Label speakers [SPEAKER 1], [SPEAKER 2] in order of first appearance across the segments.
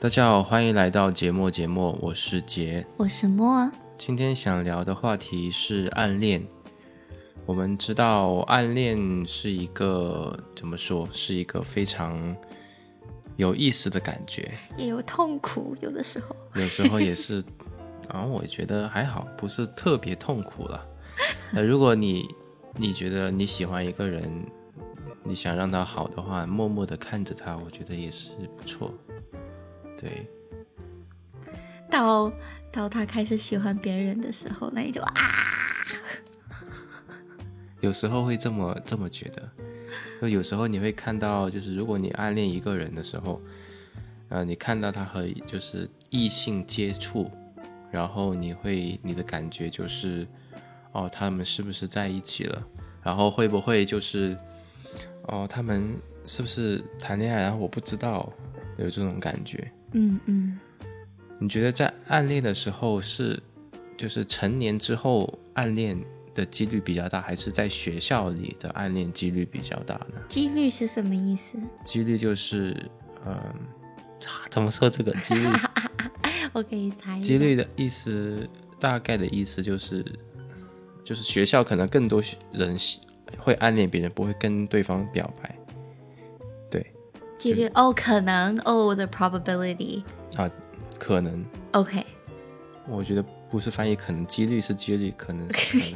[SPEAKER 1] 大家好，欢迎来到节目节目，我是杰。
[SPEAKER 2] 我什么？啊
[SPEAKER 1] 今天想聊的话题是暗恋。我们知道暗恋是一个怎么说，是一个非常有意思的感觉，
[SPEAKER 2] 也有痛苦，有的时候。
[SPEAKER 1] 有时候也是，然后我觉得还好，不是特别痛苦了。那如果你你觉得你喜欢一个人，你想让他好的话，默默的看着他，我觉得也是不错。对，
[SPEAKER 2] 到到他开始喜欢别人的时候，那你就啊，
[SPEAKER 1] 有时候会这么这么觉得，就有时候你会看到，就是如果你暗恋一个人的时候，呃，你看到他和就是异性接触，然后你会你的感觉就是，哦，他们是不是在一起了？然后会不会就是，哦，他们是不是谈恋爱？然后我不知道，有这种感觉。
[SPEAKER 2] 嗯嗯，
[SPEAKER 1] 你觉得在暗恋的时候是，就是成年之后暗恋的几率比较大，还是在学校里的暗恋几率比较大呢？
[SPEAKER 2] 几率是什么意思
[SPEAKER 1] 几率就是，嗯、怎么说这个几率？
[SPEAKER 2] 我可以猜一下
[SPEAKER 1] 几率的意思，大概的意思就是，就是学校可能更多学人喜会暗恋别人，不会跟对方表白。对
[SPEAKER 2] 几率哦，可能哦，the probability。
[SPEAKER 1] 啊，可能
[SPEAKER 2] OK，
[SPEAKER 1] 我觉得不是翻译，可能几率是几率，可能是 可能。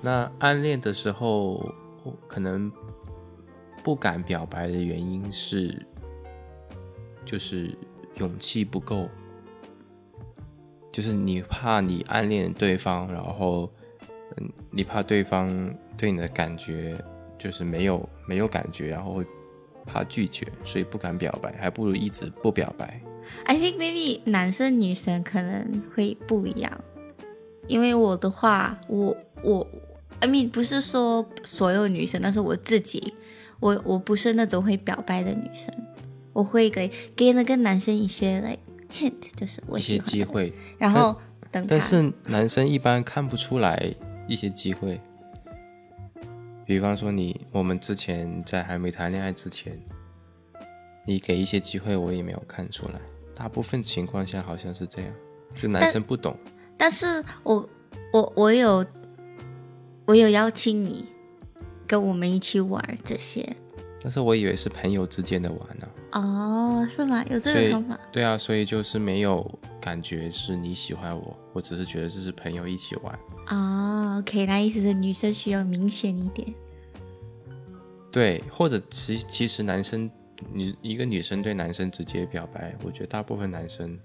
[SPEAKER 1] 那暗恋的时候，我可能不敢表白的原因是，就是勇气不够，就是你怕你暗恋对方，然后，嗯，你怕对方对你的感觉就是没有没有感觉，然后会怕拒绝，所以不敢表白，还不如一直不表白。
[SPEAKER 2] I think maybe 男生女生可能会不一样，因为我的话，我我 I mean 不是说所有女生，但是我自己，我我不是那种会表白的女生，我会给给那个男生一些 like hint，就是我
[SPEAKER 1] 一些
[SPEAKER 2] 喜欢
[SPEAKER 1] 机
[SPEAKER 2] 他，
[SPEAKER 1] 会，
[SPEAKER 2] 然后等他
[SPEAKER 1] 但是男生一般看不出来一些机会，比方说你，我们之前在还没谈恋爱之前，你给一些机会，我也没有看出来。大部分情况下好像是这样，就男生不懂，
[SPEAKER 2] 但是我我我有我有邀请你跟我们一起玩这些
[SPEAKER 1] 但是我以为是朋友之间的玩呢、
[SPEAKER 2] 哦，是吗？有这
[SPEAKER 1] 所
[SPEAKER 2] 个
[SPEAKER 1] 以
[SPEAKER 2] 方法？
[SPEAKER 1] 对啊，所以就是没有感觉是你喜欢我，我只是觉得这是朋友一起玩。
[SPEAKER 2] 哦，OK，那意思是女生需要明显一点。
[SPEAKER 1] 对，或者其其实男生女一个女生对男生直接表白，我觉得大部分男生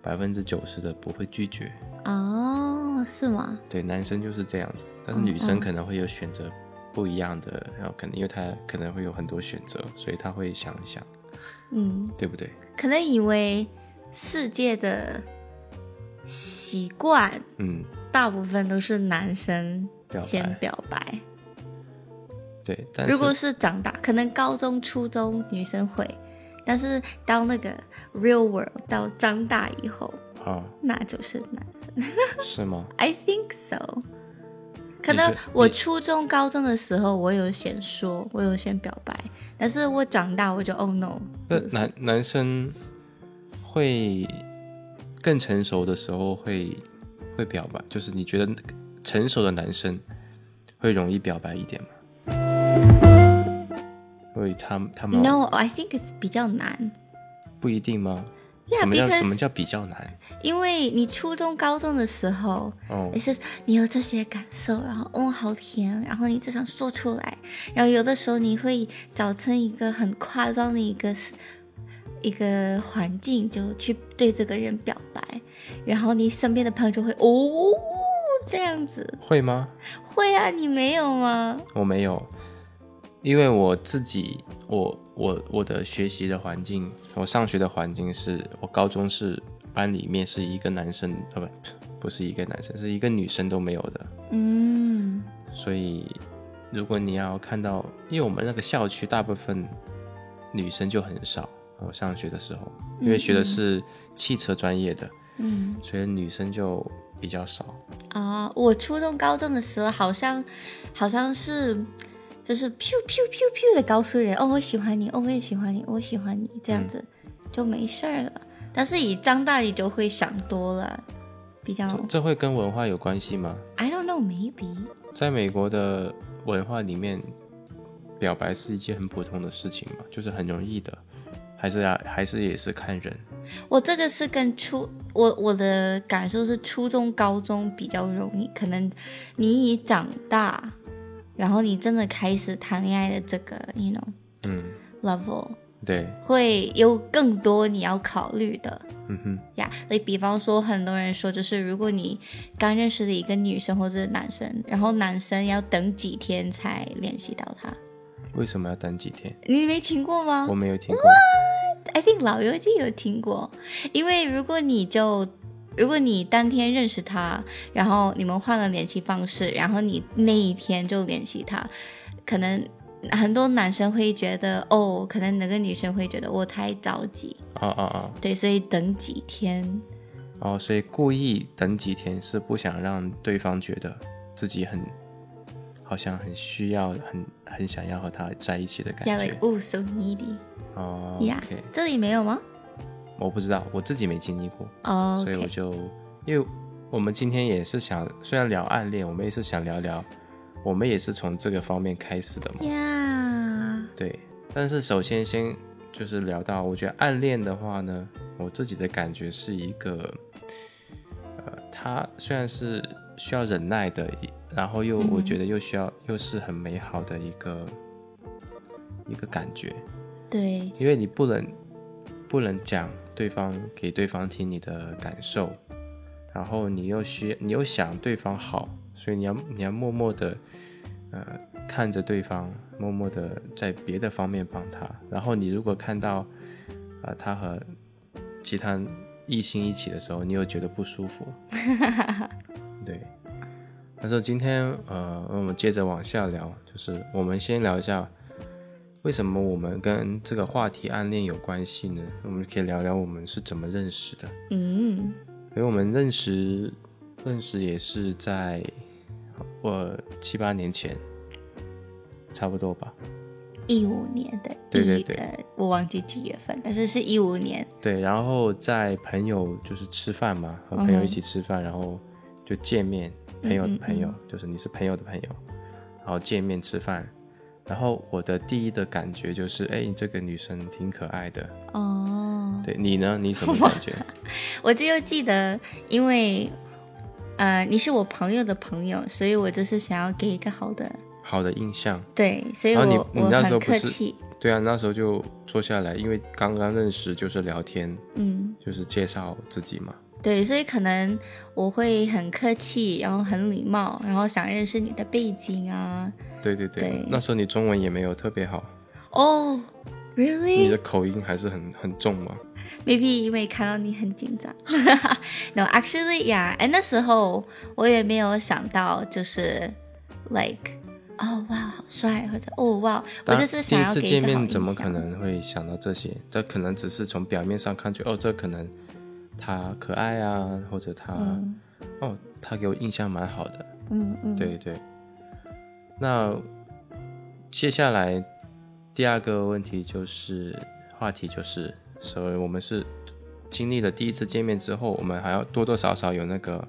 [SPEAKER 1] 百分之九十的不会拒绝。
[SPEAKER 2] 哦，是吗？
[SPEAKER 1] 对，男生就是这样子，但是
[SPEAKER 2] 嗯
[SPEAKER 1] 女生
[SPEAKER 2] 嗯
[SPEAKER 1] 可能会有选择不一样的，然后可能因为她可能会有很多选择，所以她会想一想，
[SPEAKER 2] 嗯，
[SPEAKER 1] 对不对？
[SPEAKER 2] 可能以为世界的习惯
[SPEAKER 1] 嗯，
[SPEAKER 2] 大部分都是男生
[SPEAKER 1] 表白
[SPEAKER 2] 先表白。
[SPEAKER 1] 对。但是
[SPEAKER 2] 如果是长大，可能高中、初中女生会，但是到那个 real world，到长大以后，
[SPEAKER 1] 啊，
[SPEAKER 2] 那就是男生。
[SPEAKER 1] 是吗？
[SPEAKER 2] I think so。可
[SPEAKER 1] 你是
[SPEAKER 2] 能我
[SPEAKER 1] 你
[SPEAKER 2] 初中、高中的时候，我有先说，我有先表白，但是我长大我就 oh no，
[SPEAKER 1] 那
[SPEAKER 2] 就是
[SPEAKER 1] 男男生会更成熟的时候会会表白，就是你觉得成熟的男生会容易表白一点吗？所以他们他们
[SPEAKER 2] no，I think it's 比较难，
[SPEAKER 1] 不一定吗
[SPEAKER 2] Yeah,
[SPEAKER 1] 什么叫
[SPEAKER 2] because-
[SPEAKER 1] 什么叫比较难？
[SPEAKER 2] 因为你初中、高中的时候，
[SPEAKER 1] 哦
[SPEAKER 2] 也，是你有这些感受，然后哦好甜，然后你只想说出来，然后有的时候你会找成一个很夸张的一个 s- 一个环境，就去对这个人表白，然后你身边的朋友就会哦这样子，
[SPEAKER 1] 会吗？
[SPEAKER 2] 会啊，你没有吗？
[SPEAKER 1] 我没有，因为我自己，我我我的学习的环境，我上学的环境是我高中是班里面是一个男生，呃不不是一个男生，是一个女生都没有的，
[SPEAKER 2] 嗯
[SPEAKER 1] 所以如果你要看到，因为我们那个校区大部分女生就很少，我上学的时候，因为学的是汽车专业的，
[SPEAKER 2] 嗯
[SPEAKER 1] 所以女生就比较少。
[SPEAKER 2] 啊，我初中高中的时候好像好像是。就是 pew pew pew 嗯 pew 的告诉人，哦，我喜欢你，哦，我也喜欢你，我喜欢你，这样子、就没事儿了。但是一长大你就会想多了，比较
[SPEAKER 1] 这这会跟文化有关系吗？
[SPEAKER 2] I don't know maybe
[SPEAKER 1] 在美国的文化里面，表白是一件很普通的事情嘛，就是很容易的，还是啊，还是也是看人。
[SPEAKER 2] 我这个是跟初我我的感受是初中高中比较容易，可能你已长大，然后你真的开始谈恋爱的这个，you know
[SPEAKER 1] 嗯，
[SPEAKER 2] level
[SPEAKER 1] 对，
[SPEAKER 2] 会有更多你要考虑的。
[SPEAKER 1] 嗯哼，
[SPEAKER 2] 呀，那比方说，很多人说，就是如果你刚认识的一个女生或者是男生，然后男生要等几天才联系到她，
[SPEAKER 1] 为什么要等几天？
[SPEAKER 2] 你没听过吗
[SPEAKER 1] 我没有听过。
[SPEAKER 2] ？I think 哎老友记有听过，因为如果你就如果你当天认识他，然后你们换了联系方式，然后你那一天就联系他，可能很多男生会觉得，哦，可能那个女生会觉得我太着急，
[SPEAKER 1] 哦哦
[SPEAKER 2] 对，所以等几天
[SPEAKER 1] 哦哦，所以故意等几天是不想让对方觉得自己很，好像很需要、很很想要和他在一起的感
[SPEAKER 2] 要
[SPEAKER 1] 觉
[SPEAKER 2] like。oh so needy。
[SPEAKER 1] 哦
[SPEAKER 2] Yeah
[SPEAKER 1] ，OK，
[SPEAKER 2] 这里没有吗？
[SPEAKER 1] 我不知道，我自己没经历过。
[SPEAKER 2] 哦、
[SPEAKER 1] 所以我
[SPEAKER 2] o
[SPEAKER 1] 就因为我们今天也是想，虽然聊暗恋，我们也是想聊聊，我们也是从这个方面开始的嘛
[SPEAKER 2] k。呀，
[SPEAKER 1] 对，但是首先先就是聊到，我觉得暗恋的话呢，我自己的感觉是一个，呃，它虽然是需要忍耐的，然后又、
[SPEAKER 2] 嗯
[SPEAKER 1] 我觉得又需要又是很美好的一个一个感觉，
[SPEAKER 2] 对
[SPEAKER 1] 因为你不能不能讲对方给对方听你的感受，然后你又需你又想对方好，所以你要你要默默的呃看着对方，默默的在别的方面帮他。然后你如果看到呃他和其他异性一起的时候，你又觉得不舒服，对。但是今天呃，我们接着往下聊，就是我们先聊一下为什么我们跟这个话题暗恋有关系呢？我们可以聊聊我们是怎么认识的。
[SPEAKER 2] 嗯，
[SPEAKER 1] 因为我们认识，认识也是在我七八年前，差不多吧。
[SPEAKER 2] 一五年的，
[SPEAKER 1] 对对
[SPEAKER 2] 一
[SPEAKER 1] 对
[SPEAKER 2] 呃，我忘记几月份，但是是一五年，
[SPEAKER 1] 对，然后在朋友就是吃饭嘛，和朋友一起吃饭，然后就见面，朋友的朋友，就是你是朋友的朋友，然后见面吃饭。然后我的第一的感觉就是，哎，你这个女生挺可爱的。
[SPEAKER 2] 哦，
[SPEAKER 1] 对你呢？你什么感觉？
[SPEAKER 2] 我只有记得，因为呃，你是我朋友的朋友，所以我就是想要给一个好的，
[SPEAKER 1] 好的印象。
[SPEAKER 2] 对，所以
[SPEAKER 1] 然后你
[SPEAKER 2] 我
[SPEAKER 1] 你
[SPEAKER 2] 我
[SPEAKER 1] 那时候
[SPEAKER 2] 很
[SPEAKER 1] 不
[SPEAKER 2] 客
[SPEAKER 1] 是
[SPEAKER 2] 气，
[SPEAKER 1] 对啊，那时候就坐下来，因为刚刚认识就是聊天，
[SPEAKER 2] 嗯，
[SPEAKER 1] 就是介绍自己嘛。
[SPEAKER 2] 对，所以可能我会很客气，然后很礼貌，然后想认识你的背景啊，
[SPEAKER 1] 对对对，
[SPEAKER 2] 对
[SPEAKER 1] 那时候你中文也没有特别好，
[SPEAKER 2] 哦、r e a l l y
[SPEAKER 1] 你的口音还是很很重嘛。
[SPEAKER 2] maybe 因为看到你很紧张。no, actually, yeah. 哎，那时候我也没有想到，就是 like，哦哇，好帅，或者哦哇，我
[SPEAKER 1] 但
[SPEAKER 2] 就是想要
[SPEAKER 1] 第一
[SPEAKER 2] 给
[SPEAKER 1] 次
[SPEAKER 2] 一
[SPEAKER 1] 见
[SPEAKER 2] 个好
[SPEAKER 1] 面，
[SPEAKER 2] 印
[SPEAKER 1] 怎么可
[SPEAKER 2] 象？
[SPEAKER 1] 能会想到这些？这可能只是从表面上看去，哦，这可能他可爱啊，或者他、
[SPEAKER 2] 嗯
[SPEAKER 1] 哦，他给我印象蛮好的。
[SPEAKER 2] 嗯嗯，
[SPEAKER 1] 对对。那接下来第二个问题就是话题就是，所以我们是经历了第一次见面之后，我们还要多多少少有那个，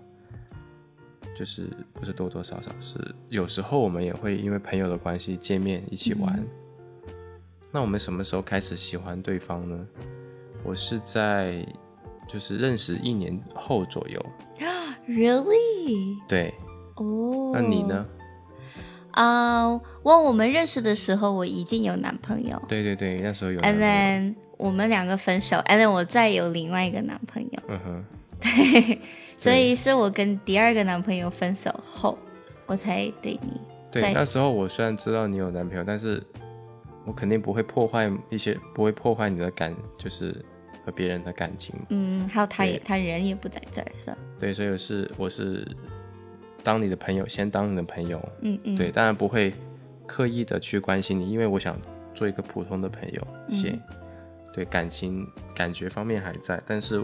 [SPEAKER 1] 就是不是多多少少是有时候我们也会因为朋友的关系见面一起玩。
[SPEAKER 2] 嗯
[SPEAKER 1] 那我们什么时候开始喜欢对方呢？我是在就是认识一年后左右，
[SPEAKER 2] ，really，
[SPEAKER 1] 对。
[SPEAKER 2] 哦，
[SPEAKER 1] 那你呢？？
[SPEAKER 2] 啊、我我们认识的时候，我已经有男朋友
[SPEAKER 1] 对对对，那时候有男
[SPEAKER 2] ，and
[SPEAKER 1] 朋友
[SPEAKER 2] then 我们两个分手，and then 我再有另外一个男朋友，
[SPEAKER 1] 嗯哼，
[SPEAKER 2] 对，所以是我跟第二个男朋友分手后，我才对你。
[SPEAKER 1] 对，
[SPEAKER 2] 在
[SPEAKER 1] 那时候我虽然知道你有男朋友，但是我肯定不会破坏一些，不会破坏你的感，就是和别人的感情。
[SPEAKER 2] 嗯，还有他也
[SPEAKER 1] 对
[SPEAKER 2] 他人也不在这儿，是吧？
[SPEAKER 1] 对，所以我是我是当你的朋友，先当你的朋友。
[SPEAKER 2] 嗯嗯，
[SPEAKER 1] 对，当然不会刻意的去关心你，因为我想做一个普通的朋友先。对，感情感觉方面还在，但是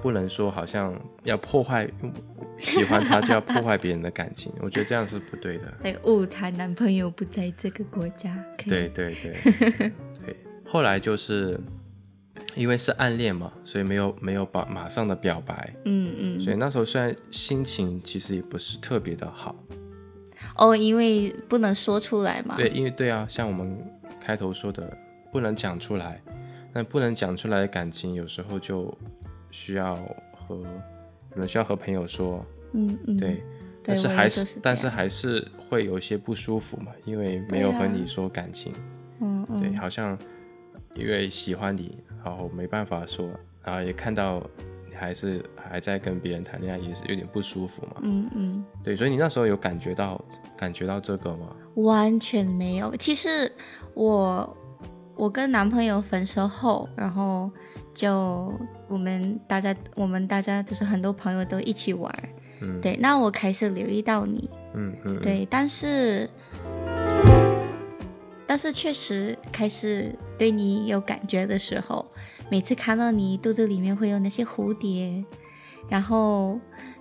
[SPEAKER 1] 不能说好像要破坏 喜欢他就要破坏别人的感情，我觉得这样是不对的。
[SPEAKER 2] 那个哦，她男朋友不 在这个国家，可
[SPEAKER 1] 对
[SPEAKER 2] 以
[SPEAKER 1] 对对对，后来就是因为是暗恋嘛，所以没有没有把马上的表白，
[SPEAKER 2] 嗯嗯，
[SPEAKER 1] 所以那时候虽然心情其实也不是特别的好，
[SPEAKER 2] 哦，因为不能说出来嘛，
[SPEAKER 1] 对，因为对啊，像我们开头说的，不能讲出来，那不能讲出来的感情，有时候就需要和可能需要和朋友说，
[SPEAKER 2] 嗯嗯，
[SPEAKER 1] 对，
[SPEAKER 2] 对，
[SPEAKER 1] 但是
[SPEAKER 2] 我也
[SPEAKER 1] 还
[SPEAKER 2] 就是是这
[SPEAKER 1] 但是
[SPEAKER 2] 样
[SPEAKER 1] 还是会有一些不舒服嘛，因为没有
[SPEAKER 2] 对啊
[SPEAKER 1] 和你说感情，
[SPEAKER 2] 嗯
[SPEAKER 1] 对，
[SPEAKER 2] 嗯，
[SPEAKER 1] 好像因为喜欢你，然后没办法说，然后也看到你还是还在跟别人谈恋爱，也是有点不舒服嘛。
[SPEAKER 2] 嗯嗯。
[SPEAKER 1] 对，所以你那时候有感觉到感觉到这个吗？
[SPEAKER 2] 完全没有。其实我我跟男朋友分手后，然后就我们大家我们大家就是很多朋友都一起玩儿，
[SPEAKER 1] 嗯
[SPEAKER 2] 对。那我开始留意到你，
[SPEAKER 1] 嗯嗯，嗯，
[SPEAKER 2] 对，但是但是确实开始对你有感觉的时候，每次看到你肚子里面会有那些蝴蝶，然后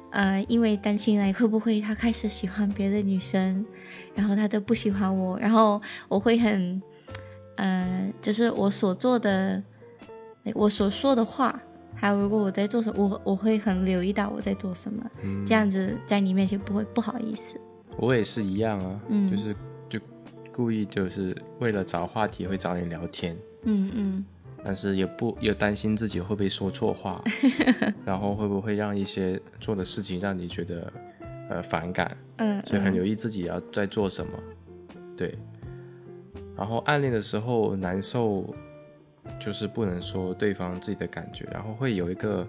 [SPEAKER 2] 呃，因为担心来会不会他开始喜欢别的女生，然后他就不喜欢我，然后我会很呃，就是我所做的，我所说的话。还有，如果我在做什么，我我会很留意到我在做什么，这样子在你面前不会不好意思。
[SPEAKER 1] 我也是一样啊，
[SPEAKER 2] 嗯
[SPEAKER 1] 就是就故意就是为了找话题会找你聊天，
[SPEAKER 2] 嗯嗯
[SPEAKER 1] 但是也不也担心自己会不会说错 话，然后会不会让一些做的事情让你觉得呃反感，
[SPEAKER 2] 嗯
[SPEAKER 1] 所以很留意自己要在做什么。对，然后暗恋的时候难受，就是不能说对方自己的感觉，然后会有一个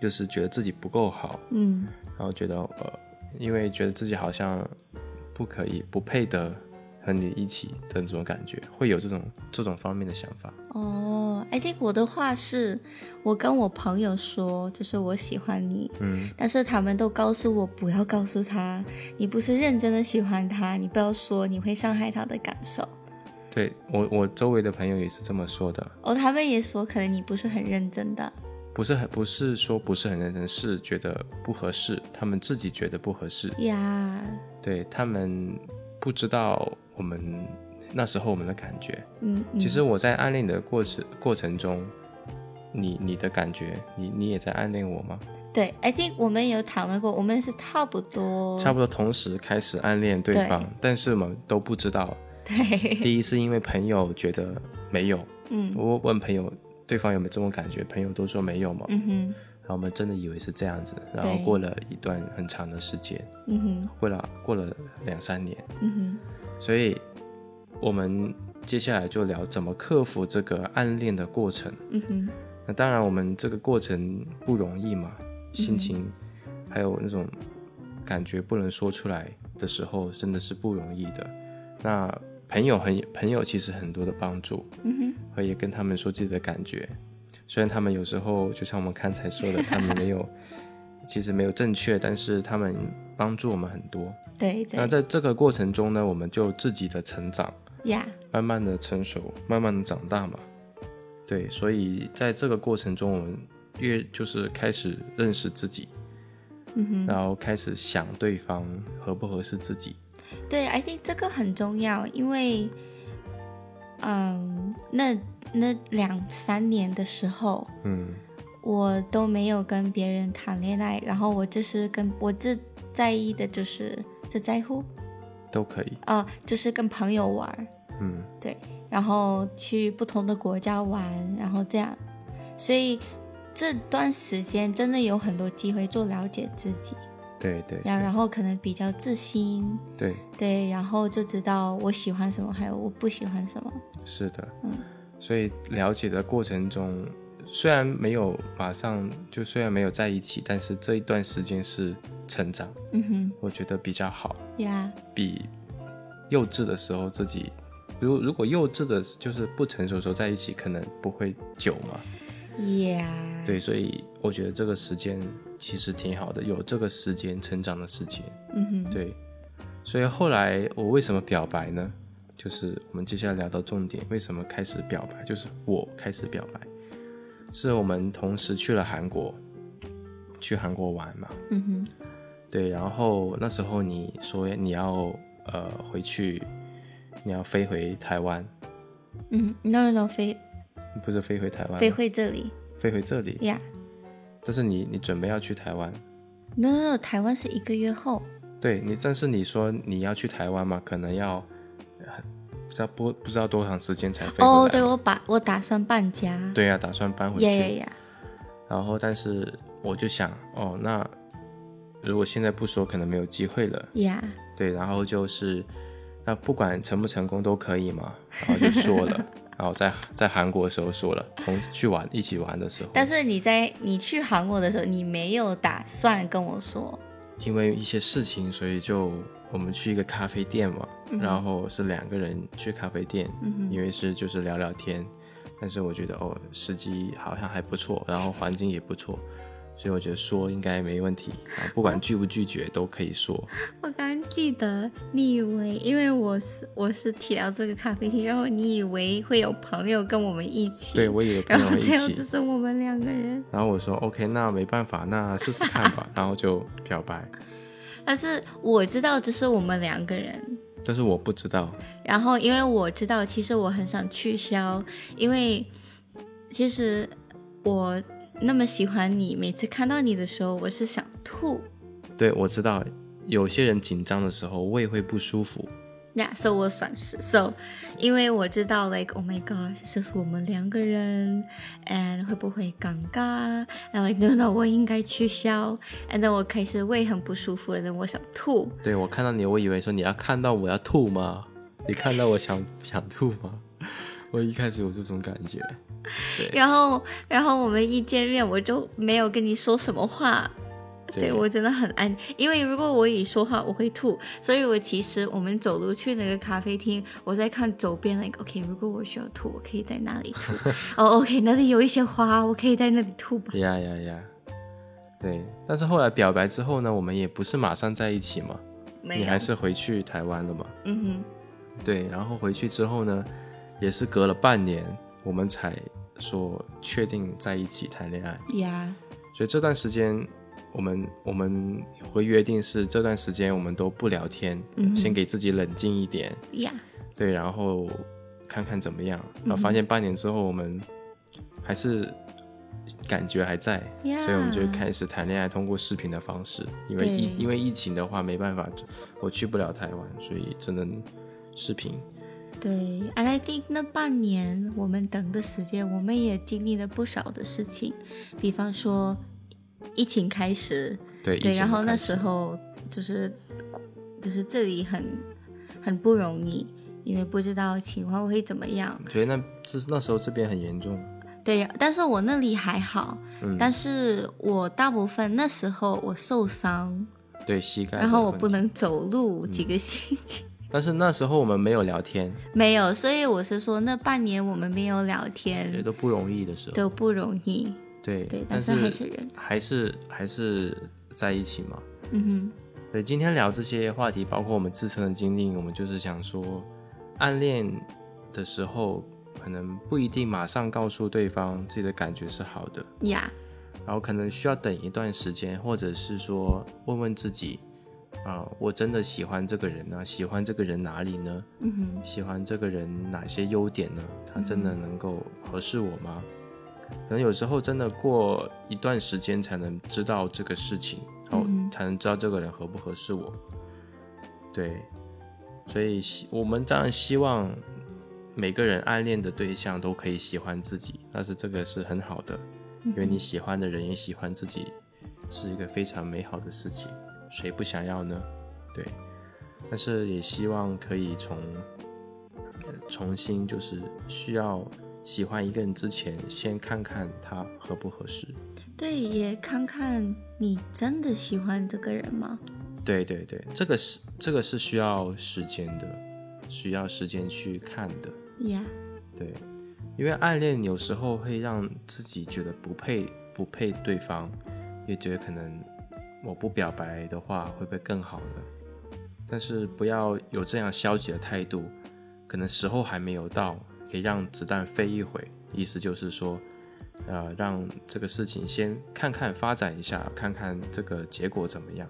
[SPEAKER 1] 就是觉得自己不够好，
[SPEAKER 2] 嗯
[SPEAKER 1] 然后觉得呃，因为觉得自己好像不可以、不配得和你一起的这种感觉，会有这种这种方面的想法。
[SPEAKER 2] 哦，I think 我的话是，我跟我朋友说，就是我喜欢你，
[SPEAKER 1] 嗯，
[SPEAKER 2] 但是他们都告诉我不要告诉他，你不是认真的喜欢他，你不要说，你会伤害他的感受。
[SPEAKER 1] 对我我周围的朋友也是这么说的，
[SPEAKER 2] 哦，他们也说可能你不是很认真的。
[SPEAKER 1] 不是很不是说不是很认真，是觉得不合适，他们自己觉得不合适，
[SPEAKER 2] 呀，
[SPEAKER 1] 对他们不知道我们那时候我们的感觉。
[SPEAKER 2] 嗯，嗯
[SPEAKER 1] 其实我在暗恋你的过程过程中，你你的感觉，你你也在暗恋我吗？
[SPEAKER 2] 对，I 哎 think 我们有讨论过，我们是差不多，
[SPEAKER 1] 差
[SPEAKER 2] 不
[SPEAKER 1] 不多同时开始暗恋对
[SPEAKER 2] 对
[SPEAKER 1] 方，但是我们都不知道。
[SPEAKER 2] 对，
[SPEAKER 1] 第一是因为朋友觉得没有，
[SPEAKER 2] 嗯
[SPEAKER 1] 我问朋友对方有没有这种感觉，朋友都说没有嘛，
[SPEAKER 2] 嗯
[SPEAKER 1] 然后我们真的以为是这样子，然后
[SPEAKER 2] 对
[SPEAKER 1] 过了一段很长的时间，
[SPEAKER 2] 哼，嗯哼，
[SPEAKER 1] 过了过了两三年，
[SPEAKER 2] 嗯
[SPEAKER 1] 所以我们接下来就聊怎么克服这个暗恋的过程。
[SPEAKER 2] 哼，嗯哼，
[SPEAKER 1] 那当然，我们这个过程不容易嘛，心情还有那种感觉不能说出来的时候，真的是不容易的。那朋友很朋友其实很多的帮助，
[SPEAKER 2] 嗯哼。
[SPEAKER 1] 我也跟他们说自己的感觉，虽然他们有时候就像我们刚才说的，他们没有其实没有正确，但是他们帮助我们很多。
[SPEAKER 2] 对对
[SPEAKER 1] 那在这个过程中呢，我们就自己的成长。
[SPEAKER 2] 呀
[SPEAKER 1] 慢慢的成熟，慢慢的长大嘛。对，所以在这个过程中，我们越就是开始认识自己，
[SPEAKER 2] 嗯哼，
[SPEAKER 1] 然后开始想对方合不合适自己。
[SPEAKER 2] 对，I think 这个很重要，因为，嗯，那那两三年的时候，
[SPEAKER 1] 嗯
[SPEAKER 2] 我都没有跟别人谈恋爱，然后我就是跟我只在意的就是只在乎，
[SPEAKER 1] 都可以。
[SPEAKER 2] 哦、就是跟朋友玩儿，
[SPEAKER 1] 嗯，
[SPEAKER 2] 对，然后去不同的国家玩，然后这样，所以这段时间真的有很多机会做了解自己，
[SPEAKER 1] 对对
[SPEAKER 2] 然
[SPEAKER 1] 对
[SPEAKER 2] 然后可能比较自信，
[SPEAKER 1] 对，
[SPEAKER 2] 对，然后就知道我喜欢什么，还有我不喜欢什么。
[SPEAKER 1] 是的。
[SPEAKER 2] 嗯，
[SPEAKER 1] 所以了解的过程中，虽然没有马上就虽然没有在一起，但是这一段时间是成长，
[SPEAKER 2] 嗯
[SPEAKER 1] 我觉得比较好。
[SPEAKER 2] 哼，呀，
[SPEAKER 1] 比幼稚的时候自己，如如果幼稚的，就是不成熟的时候在一起，可能不会久嘛。
[SPEAKER 2] 呀，
[SPEAKER 1] 对，所以我觉得这个时间其实挺好的，有这个时间成长的时间。
[SPEAKER 2] 嗯哼，
[SPEAKER 1] 对，所以后来我为什么表白呢？就是我们接下来聊到重点，为什么开始表白？就是我开始表白，是我们同时去了韩国，去韩国玩嘛。
[SPEAKER 2] 嗯哼，
[SPEAKER 1] 对，然后那时候你说你要呃回去，你要飞回台湾，
[SPEAKER 2] 嗯，no no no，飞
[SPEAKER 1] 不是飞回台湾吗，
[SPEAKER 2] 飞回这里
[SPEAKER 1] 飞回这里。
[SPEAKER 2] 呀。
[SPEAKER 1] 但是你你准备要去台湾，
[SPEAKER 2] No No No，台湾是一个月后，
[SPEAKER 1] 对你，但是你说你要去台湾嘛，可能要呃不知道不不知道多长时间才飞回来嘛。
[SPEAKER 2] 哦，对我把我打算搬家，
[SPEAKER 1] 对呀、啊打算搬回去。
[SPEAKER 2] 呀呀呀，
[SPEAKER 1] 然后，但是我就想，哦，那如果现在不说，可能没有机会了。
[SPEAKER 2] 呀
[SPEAKER 1] 对，然后就是，那不管成不成功都可以嘛，然后就说 了，然后在在韩国的时候说了，同去玩一起玩的时候，
[SPEAKER 2] 但是你在你去韩国的时候，你没有打算跟我说，
[SPEAKER 1] 因为一些事情，所以就我们去一个咖啡店嘛，
[SPEAKER 2] 嗯
[SPEAKER 1] 然后是两个人去咖啡店，因为是就是聊聊天，但是我觉得哦，时机好像还不错，然后环境也不错，所以我觉得说应该没问题，啊，不管拒不拒绝都可以说。
[SPEAKER 2] 我刚刚记得，你以为因为我是我是提到这个咖啡厅，然后你以为会有朋友跟我们一起，
[SPEAKER 1] 对，我也有
[SPEAKER 2] 然
[SPEAKER 1] 朋友
[SPEAKER 2] 后
[SPEAKER 1] 一
[SPEAKER 2] 最后只
[SPEAKER 1] 起，
[SPEAKER 2] 是我们两个人。
[SPEAKER 1] 然后我说 OK，那没办法，那试试看 吧，然后就表白，
[SPEAKER 2] 但是我知道只是我们两个人，
[SPEAKER 1] 但是我不知道，
[SPEAKER 2] 然后因为我知道，其实我很想取消，因为其实我那么喜欢你，每次看到你的时候，我是想吐。
[SPEAKER 1] 对我知道，有些人紧张的时候胃会不舒服，
[SPEAKER 2] Yeah, so 我算是 so，因为我知道 like oh my gosh，这是我们两个人，and 会不会尴尬？然后 like, no no，我应该取消，and then 我开始胃很不舒服，and then 我想吐。
[SPEAKER 1] 对我看到你，我以为说你要看到我要吐吗？你看到我想 想吐吗？我一开始有这种感觉，对
[SPEAKER 2] 然后然后我们一见面，我就没有跟你说什么话。对我真的很安，因为如果我一说话，我会吐，所以我其实我们走路去那个咖啡厅，我在看周边那个，OK，如果我需要吐，我可以在哪 里吐？哦、o k 那里有一些花，我可以在那里吐吧。
[SPEAKER 1] 呀呀呀，对。但是后来表白之后呢，我们也不是马上在一起嘛，
[SPEAKER 2] 没
[SPEAKER 1] 你还是回去台湾了嘛？
[SPEAKER 2] 嗯
[SPEAKER 1] 对，然后回去之后呢，也是隔了半年，我们才说确定在一起谈恋爱。
[SPEAKER 2] 哼呀
[SPEAKER 1] 所以这段时间，我们我们会约定是这段时间我们都不聊天，
[SPEAKER 2] 嗯
[SPEAKER 1] 先给自己冷静一点，
[SPEAKER 2] 呀，
[SPEAKER 1] 对，然后看看怎么样。然
[SPEAKER 2] 嗯
[SPEAKER 1] 后发现半年之后，我们还是感觉还在
[SPEAKER 2] Yeah
[SPEAKER 1] 所以我们就开始谈恋爱，通过视频的方式。因为
[SPEAKER 2] 对
[SPEAKER 1] 疫因为疫情的话，没办法，我去不了台湾，所以只能视频。
[SPEAKER 2] 对，and I think 那半年我们等的时间，我们也经历了不少的事情，比方说疫情开始，
[SPEAKER 1] 对，疫
[SPEAKER 2] 对，
[SPEAKER 1] 情
[SPEAKER 2] 然
[SPEAKER 1] 的
[SPEAKER 2] 后那
[SPEAKER 1] 开始
[SPEAKER 2] 时候就是就是这里很很不容易，因为不知道情况会怎么样。
[SPEAKER 1] 觉得那这那时候这边很严重，
[SPEAKER 2] 对呀，但是我那里还好，但是我大部分那时候我受伤，
[SPEAKER 1] 对膝盖。
[SPEAKER 2] 然后我不，能走路几个星期。
[SPEAKER 1] 但是那时候我们没有聊天，
[SPEAKER 2] 没有，所以我是说那半年我们没有聊
[SPEAKER 1] 觉
[SPEAKER 2] 天
[SPEAKER 1] 得不容易的时候，
[SPEAKER 2] 都不容易，
[SPEAKER 1] 对
[SPEAKER 2] 嗯对，但
[SPEAKER 1] 但
[SPEAKER 2] 是还是人，
[SPEAKER 1] 还是还是在一起嘛。
[SPEAKER 2] 嗯
[SPEAKER 1] 对，今天聊这些话题，包括我们自身的经历，我们就是想说，暗恋的时候可能不一定马上告诉对方自己的感觉是好的，
[SPEAKER 2] 哼，呀，
[SPEAKER 1] 然后可能需要等一段时间，或者是说问问自己，啊、我真的喜欢这个人呢、喜欢这个人哪里呢？
[SPEAKER 2] 嗯哼，嗯
[SPEAKER 1] 喜欢这个人哪些优点呢？他真的能够合适我吗？可能有时候真的过一段时间才能知道这个事情，然后
[SPEAKER 2] 嗯哼
[SPEAKER 1] 才能知道这个人合不合适我。对，所以希我们当然希望每个人暗恋的对象都可以喜欢自己，但是这个是很好的，因为你喜欢的人也喜欢自己，是一个非常美好的事情，谁不想要呢？对，但是也希望可以从、呃重新就是需要喜欢一个人之前，先看看他合不合适。
[SPEAKER 2] 对，也看看你真的喜欢这个人吗？
[SPEAKER 1] 对对对，这个是这个是需要时间的，需要时间去看的。
[SPEAKER 2] 呀，
[SPEAKER 1] 对，因为暗恋有时候会让自己觉得不配不配对方，也觉得可能我不表白的话会不会更好呢？但是不要有这样消极的态度，可能时候还没有到，可以让子弹飞一回。意思就是说，呃，让这个事情先看看发展一下，看看这个结果怎么样。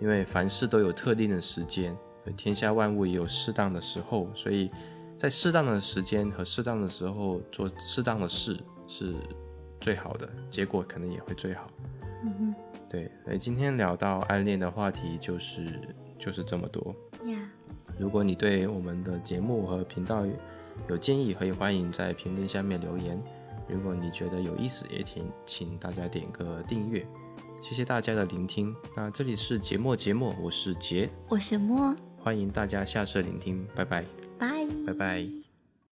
[SPEAKER 1] 因为凡事都有特定的时间，天下万物也有适当的时候，所以在适当的时间和适当的时候做适当的事是最好的，结果可能也会最好。
[SPEAKER 2] 嗯
[SPEAKER 1] 对，所以今天聊到暗恋的话题就是就是这么多。
[SPEAKER 2] 哼呀，
[SPEAKER 1] 如果你对我们的节目和频道有建议，可以欢迎在评论下面留言。如果你觉得有意思，也请请大家点个订阅。谢谢大家的聆听。那这里是节目节目，我是杰，
[SPEAKER 2] 我是莫，
[SPEAKER 1] 欢迎大家下次聆听，拜拜，
[SPEAKER 2] 拜。
[SPEAKER 1] 拜拜。